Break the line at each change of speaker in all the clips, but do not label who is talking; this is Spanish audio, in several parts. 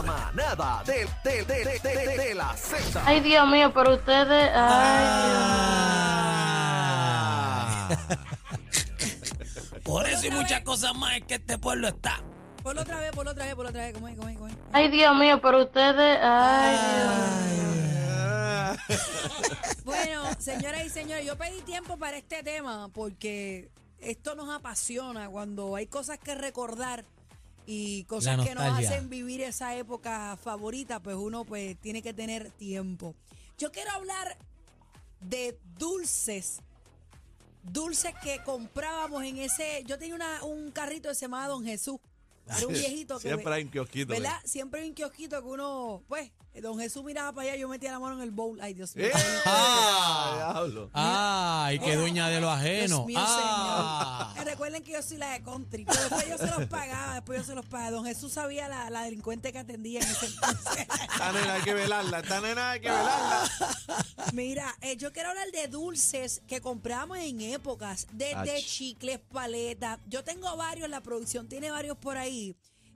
manada de, de, de, de, de, de- de la Z.
Ay, Dios mío, pero ustedes.
Ah.
Ah. Por eso y muchas cosas más es que este pueblo está.
Ponlo otra vez, ponlo otra vez, ponlo otra vez. ¿Cómo es, cómo es, cómo es?
Ay, Dios, ay, Dios mío, pero ustedes. Ay,
Bueno, señoras y señores, yo pedí tiempo para este tema porque esto nos apasiona cuando hay cosas que recordar y cosas
La
que nos
nostalgia.
hacen vivir esa época favorita, pues uno pues tiene que tener tiempo. Yo quiero hablar de dulces. Dulces que comprábamos en ese. Yo tenía una- un carrito que se llamaba Don Jesús. Era un viejito que.
Siempre hay un kiosquito.
¿Verdad? Siempre hay un kiosquito que uno, pues, don Jesús miraba para allá, yo metía la mano en el bowl. Ay, Dios mío. Eh,
¡Eh!
Ah.
Diablo.
Ay, qué dueña de lo ajeno.
Dios mío,
Ah.
señor. Eh, Recuerden que yo soy la de country, pero después yo se los pagaba, después yo se los pagaba. Don Jesús sabía la, la delincuente que atendía en ese entonces.
Esta nena hay que velarla, esta nena hay que velarla.
Mira, eh, yo quiero hablar de dulces que compramos en épocas, desde
Ach.
chicles, paletas. Yo tengo varios, la producción tiene varios por ahí.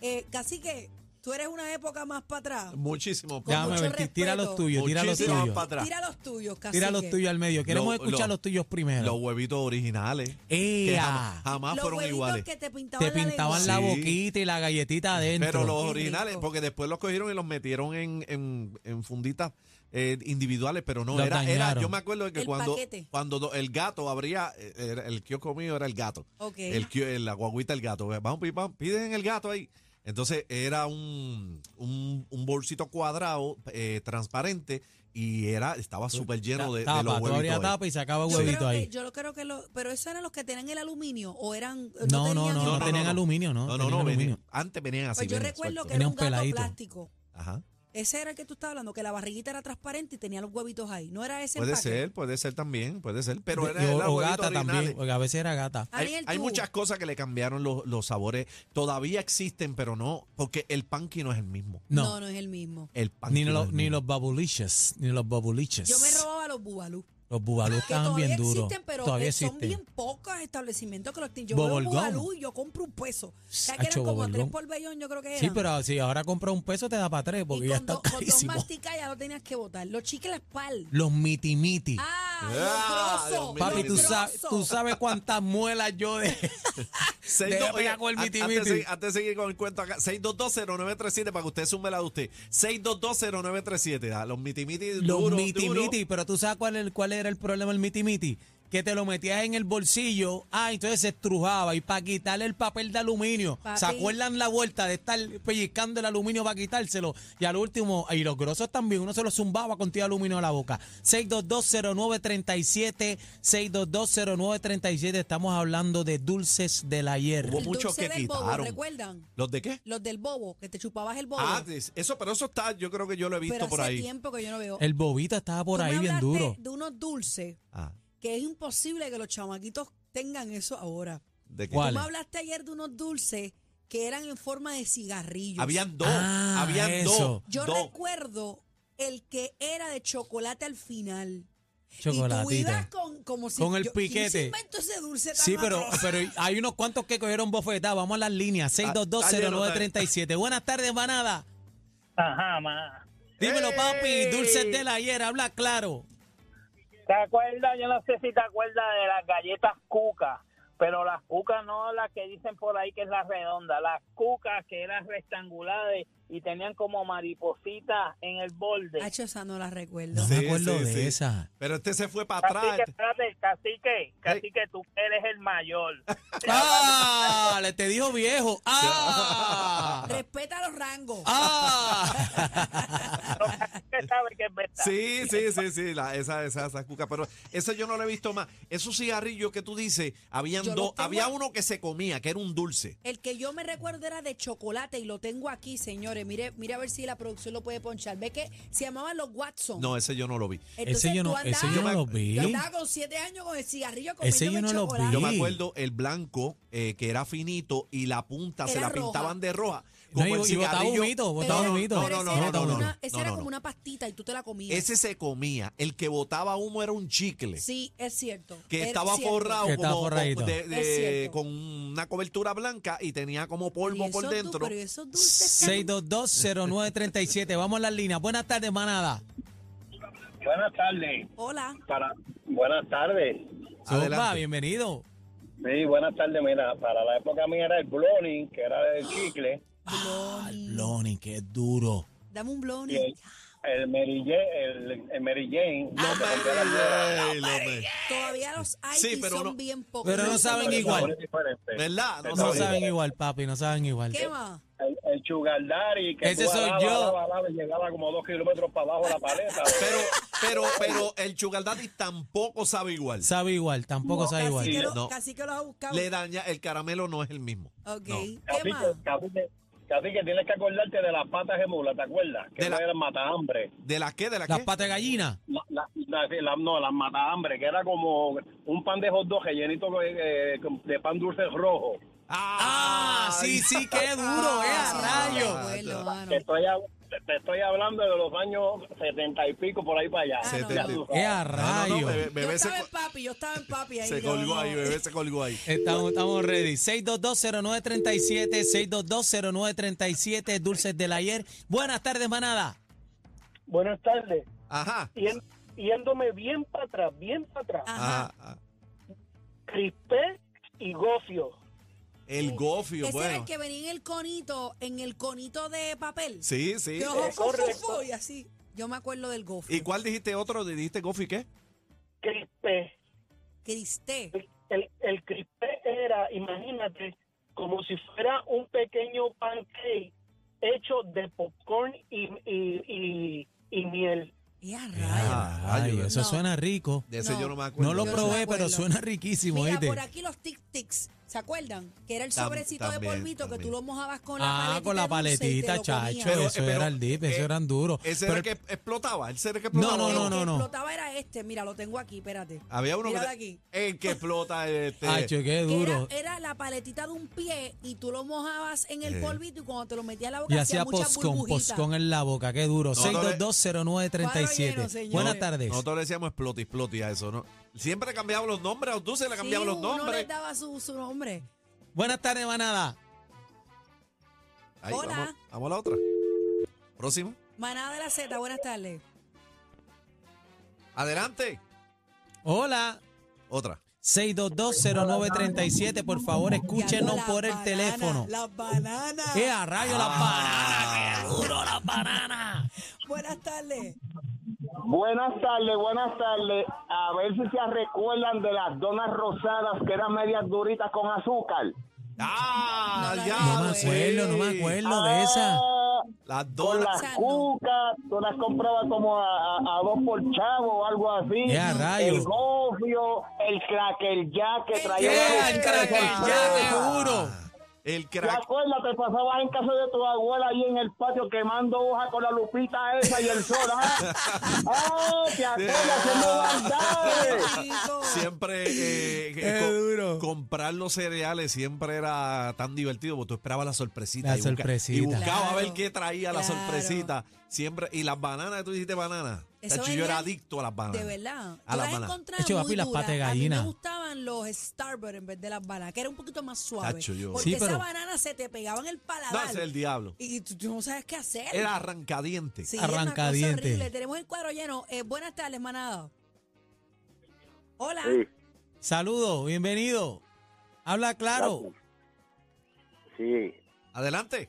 Eh, casi que tú eres una época más para atrás.
Muchísimo.
Ya,
Déjame
mucho
ver, ti- tira los
respeto.
tuyos, tira los
Muchísimo
tuyos.
para atrás.
Tira los tuyos, casi.
Tira los tuyos al medio. Queremos
Lo-
escuchar
lo-
los tuyos primero.
Los huevitos originales. que
¡Ea!
jamás, jamás
Los
fueron
huevitos
iguales.
que te
Te
pintaban
pintaban la
lengua.
Sí.
boquita y la galletita adentro.
Pero los
Qué
originales,
rico.
porque después los cogieron y los metieron en, en, en funditas eh, individuales, pero no,
Los
era, era,
dañaron.
yo me acuerdo de que
El
cuando,
paquete.
cuando do- el gato abría, eh, era- el kiosco mío era el gato,
Ok.
el, kio- eh, la guaguita el gato, eh, vamos, pi, pam, piden el gato ahí. Entonces era un, un, un bolsito cuadrado, eh, transparente, y era, estaba súper lleno de,
Pues,
de
tapa,
los
tú
huevitos.
abrías
ahí.
tapa y sacaba
Yo
huevito
creo que-
ahí.
yo creo que los, pero esos eran los que tenían el aluminio o eran
No, no,
tenían
no,
el-
no tenían aluminio, no,
No, no,
tenían
no, venía-
aluminio.
antes venían así.
Pues yo
venían
recuerdo
sueltos.
que era
Tenían
un gato
peladito.
plástico.
Ajá.
Ese era el que tú estabas hablando, que la barriguita era transparente y tenía los huevitos ahí. No era ese
Puede
empaque.
ser, puede ser también, puede ser, pero
Y-
era,
o-
era
o
huevitos
gata
originales.
también, porque a veces era gata.
Hay,
Ariel,
hay
tú.
muchas cosas que le cambiaron los, los sabores. Todavía existen, pero no, porque el panqui no es el mismo.
No.
No,
no, es el mismo.
El panqui
ni,
no es
los,
el
ni
mismo.
los babuliches, ni los babuliches.
Yo me robaba los bubalú.
Los bubalú
Que
estaban
todavía
bien duros.
existen, pero
Todavía
eh, son
existen.
bien pocos establecimientos que los tienen. Yo veo un
Bubble gum.
bubalú y yo compro un peso. O sea, que
Hacho,
eran como
bubble
tres
gum.
por vellón, yo creo que eran.
Sí, pero si ahora compras un peso te da para tres,
Y
porque ya
con,
está
dos- con dos
carísimo.
masticas ya lo tenías que botar. Los chicles pal.
Los mitimiti.
Ah,
Ah,
los trozos.
Dios mío.
Papi,
los
tú sabes,
trozos.
tú sabes cuántas muelas yo de...
Seis
Deja
dos-
pegar con el
oye,
miti,
antes de
miti.
seguir- Antes de seguir con el cuento acá, 6220937 para que usted sume la de usted. 6220937, ah, los mitimiti
Los
duros, duros.
mitimiti, pero tú sabes cuál, el, cuál era el problema del mitimiti. Que te lo metías en el bolsillo, ah, entonces se estrujaba. Y para quitarle el papel de aluminio,
Papi.
¿se acuerdan la vuelta de estar pellizcando el aluminio para quitárselo? Y al último, y los grosos también, uno se los zumbaba con tira de aluminio a la boca. 6220937, 6220937, estamos hablando de dulces del ayer.
Hubo
El
muchos
dulce
que
del bobo,
quitaron.
¿Recuerdan?
¿Los de qué?
Los del bobo, que te chupabas el bobo.
Ah, des- eso, pero eso está, yo creo que yo lo he visto
pero
por
hace
ahí.
tiempo que yo no veo.
El bobito estaba por
Tú me
ahí bien
hablaste
duro.
De unos dulces
Ah,
que es imposible que los chamaquitos tengan eso ahora.
¿de qué?
¿Cuál?
Tú me
Vale.
hablaste ayer de unos dulces que eran en forma de cigarrillos.
Habían dos,
Ah,
habían
eso.
dos.
yo
dos.
recuerdo el que era de chocolate al final. Y tú
Chocolatito.
ibas con, como si,
Con el
yo- ¿quién se
piquete.
inventó ese dulce tan
Sí, pero,
atroz?
pero hay unos cuantos que cogieron bofetadas. Vamos a las líneas. 6220937. Buenas tardes, manada.
Ajá, ma.
Dímelo, papi.
¡Ey!
Dulces del ayer. Habla claro.
¿Te acuerdas? Yo no sé si te acuerdas de las galletas cuca, pero las cucas no las que dicen por ahí que es la redonda, las cucas que eran rectangulares y tenían como maripositas en el borde.
Hacho, esa no la recuerdo.
No
Sí,
me acuerdo
sí,
de
sí.
esa.
Pero este se fue para
Así
atrás.
que, espérate, cacique, cacique, tú eres el mayor.
¡Ah! Le te dijo viejo. ¡Ah!
Respeta los rangos.
¡Ah!
Pero cacique sabe que es verdad.
Sí, sí, sí, sí, la- esa, esa, esa cuca, pero eso yo no lo he visto más. Esos cigarrillos que tú dices, habían
Yo los
dos,
tengo
había
ahí.
uno que se comía, que era un dulce.
El que yo me recuerdo era de chocolate y lo tengo aquí, señores. Mire, mire a ver si la producción lo puede ponchar. Ve que se llamaban los Watson.
No, ese yo no lo vi.
ese yo
tú
no, ese
andabas-
yo no
Yo
lo
me-
vi.
Yo andaba con siete años con el cigarrillo
Ese yo
comiéndome
no lo
chocolate.
vi.
Yo me acuerdo el blanco, eh, que era finito, y la punta se
Era
la
roja.
pintaban de roja.
No, y-
como el
y botaba
cigarrillo.
humito,
Pero
botaba
era-
humito.
pero
No, no,
ese era
no, no,
como
no,
una-
no,
Ese
no,
era
no.
como una pastita y tú te la comías.
Ese se comía. El que botaba humo era un chicle.
sí, es cierto.
Que
Es
estaba
cierto.
forrado
Que estaba
como- como
forradito.
de- de-
Es cierto.
con una cobertura blanca y tenía como
Y
polvo
esos
por
du-
dentro.
Pero esos dulces tan-
6220937. Vamos a las líneas. Buenas tardes, manada.
Buenas tardes.
Hola.
Para, buenas tardes.
Zumba,
Adelante.
bienvenido.
Sí, buenas tardes. Mira, para la época mía era el bloning, que era el chicle.
Blondie.
Bloni, qué duro.
Dame un
Y
blondie.
el, el Mary Jane. El, el Mary Jane
Lo me- lo me-
Todavía los hay
Sí,
y
pero
son
no-
bien pocos.
pero no saben
pero el sabor
igual.
es diferente.
¿Verdad? No
Está
No
sabe.
saben igual, papi, no saben igual.
¿Qué más?
El, el sugar daddy, que
Ese
tú
soy
alabas,
yo.
alabas, alabas y llegaba como dos kilómetros para abajo la paleta.
Pero, pero, pero el sugar daddy tampoco sabe igual.
Sabe igual, tampoco sabe
Casi,
igual.
que lo-
No.
casi que los ha buscado.
Le daña, el caramelo no es el mismo.
ok.
No.
¿Qué
Así
más?
que, así que, así que tienes que acordarte de las patas gemulas, ¿te acuerdas? Que
De
no
la-
eran matahambre.
¿De la qué? ¿De la
Las
qué?
patas de gallina.
La, la- la- la- no, las matahambre, que era como un pan de hot dog rellenito eh, de pan dulce rojo.
Ah, sí, sí, qué duro, eh, a
Ah, sí,
rayo.
abuelo, mano.
Te estoy, hab- te- te estoy hablando de los años setenta y pico por ahí para allá.
Ah, no,
Ya
no.
tú sabes.
Es Eh, a
No, no, no,
rayo.
bebé,
Yo
bebé se,
estaba en
co-
papi, yo estaba en papi ahí.
se
yo
colgó
no.
ahí, bebé se colgó ahí.
Estamos, estamos ready. 6220937, 6220937, dulces del ayer. Buenas tardes, manada.
Buenas tardes.
Ajá.
Yen- yéndome bien para atrás, bien para atrás.
Ajá.
Ajá. ajá.
Crispé y gofio.
El gofio,
Ese era
bueno.
el que venía en el conito, en el conito de papel.
Sí, sí. eh,
Que ojo, fu, fu,
Correcto.
fu, y así. Yo me acuerdo del gofio.
¿Y cuál dijiste otro? ¿Dijiste gofio qué?
Crispé.
Cristé.
El, el crispé era, imagínate, como si fuera un pequeño pancake hecho de popcorn y, y, y- y miel.
Y a rayos.
Ah,
Ay,
rayo,
eso
No.
suena rico.
De ese
No.
yo no me acuerdo.
No lo
Yo
probé,
me acuerdo.
pero suena riquísimo,
Mira,
¿oíste?
por aquí los tic-tics. ¿Se acuerdan? Que era el
Tam-
sobrecito
también,
de polvito que tú
también.
lo mojabas con la
Ah,
paletita.
con la
dulce y te
paletita,
lo
chacho.
comías.
eso
pero,
era el dip, eso
eh,
eran duros.
Ese
Pero
era el que explotaba. Ese era el que
No,
explotaba.
no, no,
el
no,
que
no.
explotaba era este. Mira, lo tengo aquí, espérate.
Había uno
Míralo
que.
aquí.
El que explota este.
Hacho, qué
Que
duro.
Era, era la paletita de un pie y tú lo mojabas en el
Eh.
polvito y cuando te lo metías en la boca
Y hacía
muchas
poscón,
burbujitas.
poscón en la boca, qué duro.
No, eh. no,
Cuadro lleno,
6220937.
señores.
Buenas tardes.
Nosotros le decíamos exploti, exploti a eso, ¿no? Siempre cambiaban los nombres, a tú se le
Sí,
cambiaban los
uno
nombres.
le daba su, su nombre.
Buenas tardes, manada.
Ahí,
Hola.
Vamos, vamos a la otra. Próximo.
Manada de la Z, buenas tardes.
Adelante.
Hola.
Otra.
6220937, por favor, escúchenos
Diablo,
por el
las
teléfono.
bananas, Las bananas.
¡Qué a rayo las bananas!
Ah.
¡Qué duro las bananas!
Buenas tardes.
Buenas tardes, buenas tardes. A ver si se recuerdan de las donas rosadas que eran medias duritas con azúcar.
Ah,
No la
ya.
No me
güey.
acuerdo, no me acuerdo de esa.
Ah,
Las
Con
donas.
las
Esa no.
cucas, tú las comprabas como a, a- a dos por chavo o algo así.
¡Qué a
El
rayo!
gofio, el cracker jack que
El
traía.
¡Qué
la
al
leche
cracker! ¡Ya
sorpresa.
seguro!
El
¿Te
crack.
acuerdas? Te pasabas en casa de tu abuela ahí en el patio quemando hojas con la lupita esa y el sol. ¡Ah! ¡Ah! ¿Te acuerdas? ¡Somos maldades!
Chico.
Siempre eh,
Qué
co-
duro.
comprar los cereales siempre era tan divertido porque tú esperabas la sorpresita
La
y, busca-
sorpresita.
y buscaba
Claro,
a ver qué traía la
claro.
sorpresita siempre y las bananas tú dijiste bananas
Eso
Tacho, yo
venía
era adicto a las bananas
De verdad.
a
Yo
las
las
bananas
encontraba
Hecho, papi,
muy
las
duras.
patas de
A
gallina.
mí me gustaban los Starburst en vez de las bananas, que era un poquito más suave.
Tacho, yo-
Porque
Sí, pero-
esa banana se te pegaba en el
no
paladar.
ese es el diablo
Y tú, tú no sabes qué hacer.
era arrancadiente
Sí, es una cosa
Arrancadiente.
horrible. Tenemos el cuadro lleno. Eh, buenas tardes, manada. Hola.
Saludos, bienvenido. Habla claro.
Sí,
adelante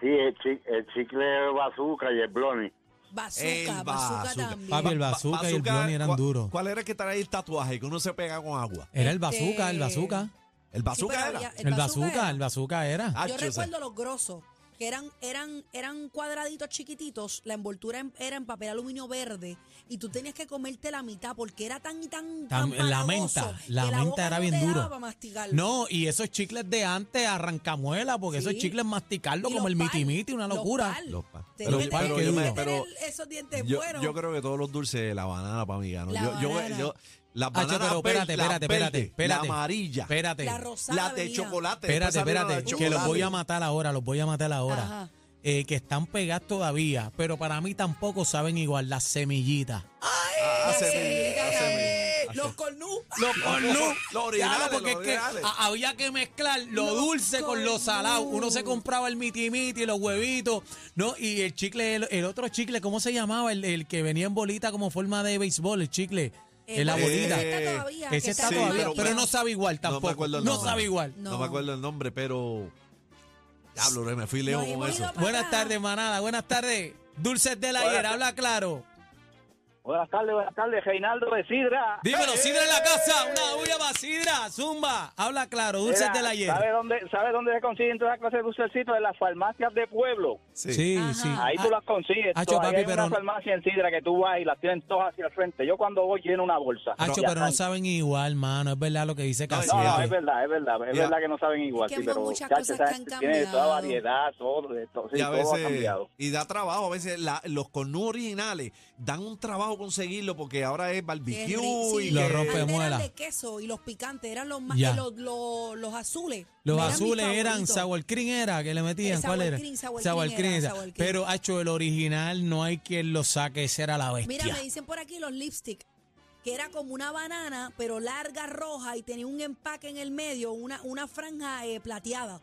sí, el, chi- el chicle bazooka y el bloni.
Bazooka, bazooka, también.
Papi, el
Ba-
bazooka y el
bazooka,
bloni eran
¿cuál-
duros.
¿Cuál era el que traía el tatuaje que uno se pega con agua?
Era el
Este-
bazooka, el bazooka.
El bazooka
pero
era.
había-
El bazooka,
era.
el bazooka era.
Ah,
Yo
chuse.
recuerdo los grosos, que eran, eran, eran cuadraditos chiquititos, la envoltura en- era en papel aluminio verde y tú tenías que comerte la mitad porque era tan y tan... tan
Tam- la
empalagoso
menta,
que
la menta
boca
era
no
bien
te
duro.
daba pa' mastigarlo.
No, y esos chicles de antes arrancamuela, porque
Sí.
esos chicles masticarlo
Y
como
los
el
pal,
mitimiti, una
los
locura.
pal.
Los pa-
Tenías
Pero-
que
pero
tener-
yo me-
tener
pero-
esos dientes
Yo,
buenos.
yo creo que todos los dulces de la banana para mí ganó.
La
yo, yo-
banana.
yo- Las
Ah, che,
bananas
pero
verdes,
espérate,
las
espérate, espérate,
verdes,
espérate.
La amarilla.
Espérate.
La rosada.
La de
venía.
chocolate. después
Espérate,
salieron las
espérate,
de
que los
chocolate.
voy a matar ahora, los voy a matar ahora.
Ajá.
Eh, que están pegadas todavía, pero para mí tampoco saben igual las semillitas.
Ah,
Sí,
semilla,
eh,
semilla.
Los cornú.
Los cornú.
Los originales,
Claro, porque
los
es que
originales.
a- había que mezclar lo
Los
dulce con lo
cornú.
salado. Uno se compraba el miti miti, los huevitos, ¿no? Y el chicle, el, el otro chicle, ¿cómo se llamaba? El, el que venía en bolita como forma de béisbol, el chicle. en la
eh,
bolita.
eh,
Ese está
sí,
todavía,
pero-
pero, no sabe igual
No me
tampoco.
acuerdo
No,
el nombre.
sabe igual.
No.
No.
me acuerdo el nombre, pero. Diablo, me fui lejos
Nos
con
hemos
eso.
ido pa-
Buenas
Para.
tardes, manada. Buenas tardes. Dulces de la
Buenas
ayer,
tardes.
habla claro.
Buenas tardes, buenas tardes, Reinaldo de Sidra.
Dímelo, Sidra en la casa. Una bulla para Sidra. Zumba, habla claro. Dulces
Mira,
de la ayer.
¿Sabe dónde, sabe dónde se consiguen todas las clases de dulcecitos? En las farmacias de pueblo.
Sí.
Ajá.
Ahí tú
Ah,
las consigues.
Hacho,
todas. Ahí
papi,
hay
pero
una
no-
farmacia en Sidra que tú vas y las tienen todas hacia el frente. Yo cuando voy lleno una bolsa.
Hacho, Ah,
Ya
pero no
están.
saben igual, mano. Es verdad lo que dice
No,
Casi.
No,
saben.
es verdad, es verdad, es
Ya.
verdad que no saben igual,
Es que
sí, pero
muchas
chacho,
cosas
esa
que
gente
han
tiene toda
cambiado.
variedad, todo, de todo, sí,
y a
todo ha
veces
cambiado.
y da trabajo a veces la- los cornú originales dan un trabajo conseguirlo porque ahora es
Qué
barbecue
rico,
y
sí.
Los
que-
rompe-
Antes
rompemuela.
eran de queso y los picantes eran los más
Ya.
eh, los, los, los azules.
Los
Eran mis
azules eran
favoritos.
sour cream era que le metían,
Eh,
¿cuál
sour
era?
cream, sour cream
cream
era,
era.
sour cream.
Pero hacho el original no hay quien lo saque, ese era la
Mira,
bestia.
me dicen por aquí los lipstick, que era como una banana, pero larga, roja, y tenía un empaque en el medio, una, una franja eh, plateada.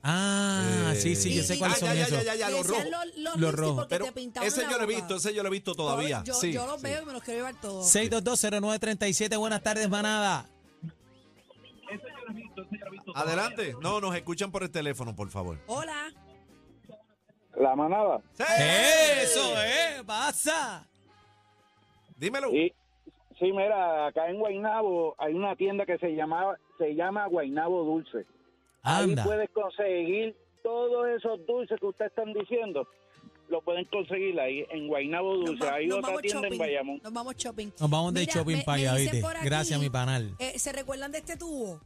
Ah, sí, sí, yo
y-
sé
y-
cuáles
Ah,
son
ya, ya,
esos.
ya, ya,
Le
los
decían
rojos.
Los, los
Los
lipstick
rojos.
porque
Pero
te pintaban
ese
la
yo lo he
boca.
visto, ese yo lo he visto todavía.
Yo,
sí,
yo los
sí.
veo y me los quiero llevar todos.
6220937, buenas tardes, manada.
Adelante. No, nos escuchan por el teléfono, por favor.
Hola.
La manada.
¡Sí!
Eso, eh, pasa.
Dímelo.
Y, sí, mira, acá en Guaynabo hay una tienda que se llamaba se llama Guaynabo Dulce.
Anda.
Ahí puedes conseguir todos esos dulces que ustedes están diciendo. Lo pueden conseguir ahí en Guaynabo
Nos
Dulce.
va-
Hay
nos
otra
vamos
tienda en
shopping,
Bayamón.
Nos vamos shopping.
Nos vamos de
Mira,
shopping
me-
para
me
allá,
dicen
¿viste?
por aquí,
Gracias, mi panal.
eh, ¿Se recuerdan de este tubo?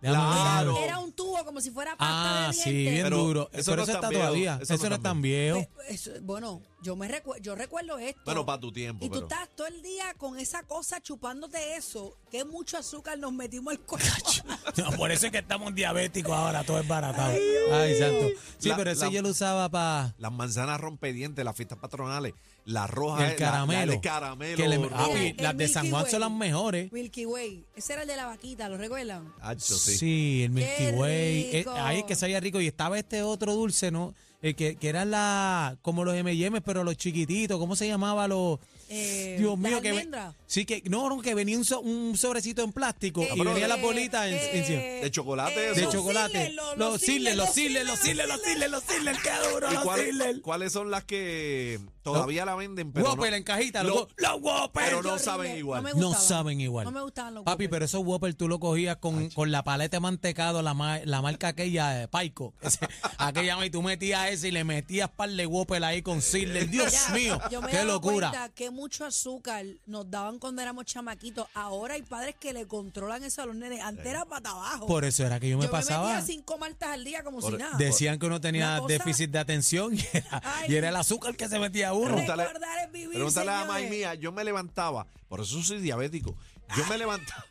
Déjame ver
Claro.
algo.
Era un tubo como si fuera pasta
Ah,
de
sí,
dientes.
bien
Pero
duro.
eso
Eso Pero
no
eso
es tan
está
viejo,
todavía.
eso
Eso,
no es
no es
tan
tan viejo.
Pe- Pues, eso- bueno, yo me recuerdo, yo recuerdo esto.
Bueno, para tu tiempo.
y tú
pero-
estás todo el día con esa cosa chupándote eso. Qué mucho azúcar nos metimos al cuerpo.
No, por eso es que estamos diabéticos ahora, todo es baratado. Ay, santo. Sí,
La-
pero eso
la-
yo lo usaba para
Las manzanas rompedientes, las fiestas patronales, las rojas,
el
eh, la- la-
caramelo.
el caramelo.
Que le- Ah,
rojo.
papi,
Mira, el
las de San
Milky
Juan
Way.
son las mejores.
Milky Way. Ese era el de la vaquita, ¿lo recuerdan?
Ah,
Hacho, sí.
Sí, el Milky
Qué
Way. eh,
rico.
ahí es que sabía rico. Y estaba este otro dulce, ¿no? Eh, que, que eran la, como los M&M's, pero los chiquititos. ¿Cómo se llamaba los...?
Eh,
Dios
las
mío, que ve-
almendras.
sí que no, no, que venía un, so- un sobrecito en plástico
Eh,
y venía la
eh,
bolita en, en-
eh,
De chocolate,
de
los
chocolate.
Sizzler,
los
los- los
siles,
Sizzler,
los
los
siles, los siles,
Sizzler,
los siles, los siles, qué duro,
¿Y
los
cuál-
sizzler.
¿Cuáles son las que todavía la venden? Pero
Whopper
no-
en cajita,
Lo-
los, go- los Whopper.
pero
Qué
no saben
horrible.
igual.
me
No
gustaban.
saben igual.
No me gustaban los
Papi,
Whopper.
pero esos Whopper tú lo cogías con, con la paleta de mantecado, la, ma- la marca aquella, eh, Paico. Ese- aquella, y tú metías ese y le metías par de Whopper ahí con Sizzler. Dios
Ya,
mío,
yo me he
qué
dado
locura.
cuenta que mucho azúcar nos daban cuando éramos chamaquitos. Ahora hay padres que le controlan eso a los nenes.
Eh.
Antes era para abajo.
Por eso era que yo me
yo
pasaba.
me metía cinco maltas al día como si
Por-
nada.
Decían que uno tenía
Una cosa-
déficit de atención y era,
Ay.
y era el azúcar que se metía uno.
Pregunta- pregúntale-
Recordar es vivir,
Pregúntale a la
señores.
mamá mía, yo me levantaba, por eso soy diabético. Yo me levantaba,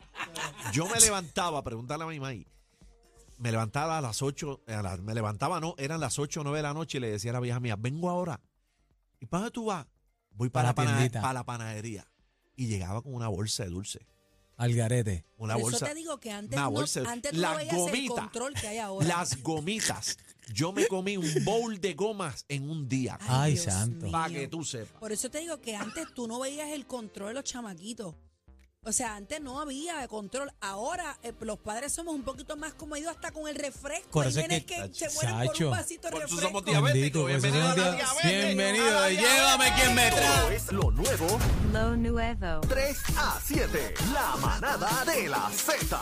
yo me levantaba, pregúntale a mi mamá. Me levantaba a las 8, a la- me levantaba, no, eran las 8 o 9 de la noche y le decía a la vieja mía, vengo ahora. ¿Y para dónde tú vas? Voy
Para
para,
la
la, pana-
tiendita.
para la panadería. Y llegaba con una bolsa de dulce.
Al garete.
Una
Por
bolsa.
Eso te digo que antes,
una
no,
bolsa de-
antes tú
La
no veías el
gomita.
control que hay ahora.
Las gomitas. Yo me comí un bowl de gomas en un día.
Ay,
Dios
santo.
mío.
Para que tú sepas.
Por eso te digo que antes tú no veías el control de los chamaquitos. O sea, antes no había control. Ahora eh, los padres somos un poquito más comedidos hasta con el refresco.
Por
Hay
eso es
nenes
que-
se mueren por
Sacho.
un vasito de
Por eso
refresco.
somos
Bendito,
diabéticos. Bienvenido a la
pues,
diabetes.
bienvenido,
A la
llévame quien me trae.
Esto es lo nuevo
Lo nuevo.
3 a 7. La manada de la Z.